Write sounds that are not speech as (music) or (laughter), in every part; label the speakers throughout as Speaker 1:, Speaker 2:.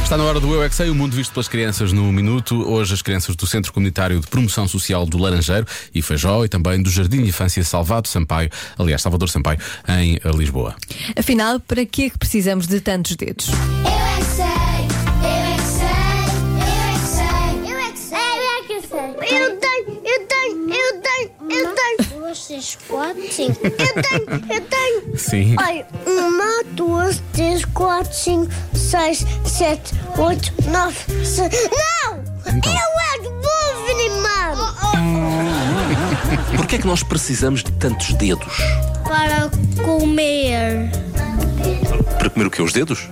Speaker 1: Está na hora do Eu é que Sei, o mundo visto pelas crianças no minuto. Hoje as crianças do Centro Comunitário de Promoção Social do Laranjeiro e Feijó e também do Jardim de Infância Salvado Sampaio, aliás, Salvador Sampaio, em eh, Lisboa.
Speaker 2: Afinal, para que é que precisamos de tantos dedos?
Speaker 3: Eu é que sei, eu é que sei, eu é que sei, eu é que sei, eu é que sei. Eu tenho, eu tenho, eu tenho, eu tenho. Duas, três, quatro, cinco. Eu tenho, eu tenho.
Speaker 1: Sim.
Speaker 3: Olha, uma, duas, três, quatro, cinco, seis, sete, oito, nove, se... Não!
Speaker 1: Então.
Speaker 3: Eu é que vou venimar!
Speaker 4: Porquê é que nós precisamos de tantos dedos?
Speaker 3: Para comer.
Speaker 4: Para comer o quê? Os dedos?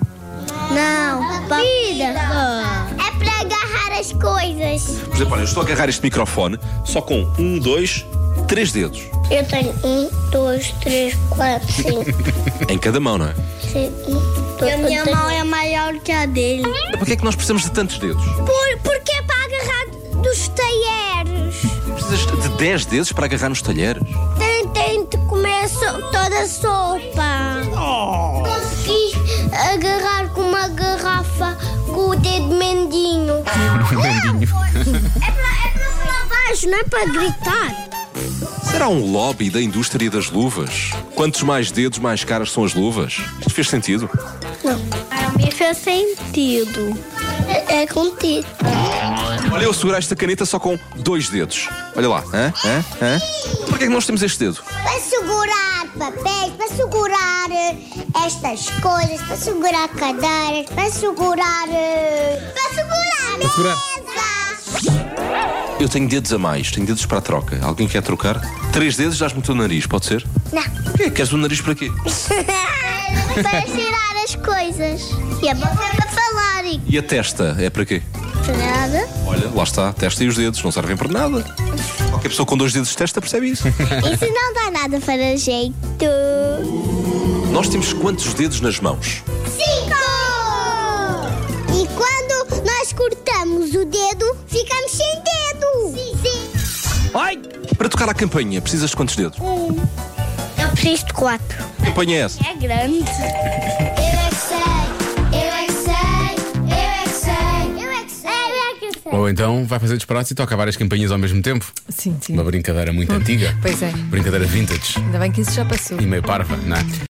Speaker 3: Não, para vida. É para agarrar as coisas.
Speaker 4: Por exemplo, olha, eu estou a agarrar este microfone só com um, dois, três dedos.
Speaker 3: Eu tenho um, dois, três, quatro, cinco,
Speaker 4: Em cada mão, não é?
Speaker 3: seis, um, dois, A minha mão é maior que a dele.
Speaker 4: Mas Porquê é que nós precisamos de tantos dedos?
Speaker 3: porque é para agarrar dos talheres.
Speaker 4: Precisas de dez dedos para agarrar nos talheres?
Speaker 3: Tem, tem de comer so- toda a sopa. Consegui agarrar com uma garrafa com o dedo mendinho. é para é pra falar baixo, não é para gritar.
Speaker 4: Será um lobby da indústria das luvas? Quantos mais dedos, mais caras são as luvas? Isto fez sentido?
Speaker 3: Não. Me fez é sentido. É, é contigo.
Speaker 4: Olha, eu segurar esta caneta só com dois dedos. Olha lá, hã? Hã? Hã? Porquê é que nós temos este dedo?
Speaker 3: Para segurar papéis, para segurar eh, estas coisas, para segurar cadeiras, para segurar. eh, Para segurar a
Speaker 1: segurar.
Speaker 3: mesa!
Speaker 4: Eu tenho dedos a mais, tenho dedos para a troca. Alguém quer trocar? Três dedos dás-me o teu nariz, pode ser?
Speaker 3: Não. (laughs)
Speaker 4: Porquê? Queres o nariz para quê?
Speaker 3: para tirar as coisas. E a boca é para falar. E
Speaker 4: E a testa é para quê?
Speaker 3: nada.
Speaker 4: Olha, lá está, a testa e os dedos, não servem para nada. Qualquer pessoa com dois dedos de testa percebe isso.
Speaker 3: Isso não dá nada para jeito.
Speaker 4: Nós temos quantos dedos nas mãos?
Speaker 3: Cinco! E quando nós cortamos o dedo, ficamos sem dedo. Sim, sim.
Speaker 4: Ai! Para tocar a campainha, precisas de quantos dedos?
Speaker 3: Eu preciso de quatro.
Speaker 4: Que campainha é essa?
Speaker 3: É grande. Eu é que sei, eu é que sei, eu é que sei, eu é que sei, eu é que sei.
Speaker 1: Ou então vai fazer disparates e toca várias campanhas ao mesmo tempo.
Speaker 2: Sim, sim.
Speaker 1: Uma brincadeira muito antiga.
Speaker 2: Pois é.
Speaker 1: Brincadeira vintage
Speaker 2: Ainda bem que isso já passou.
Speaker 1: e meio parva, não é?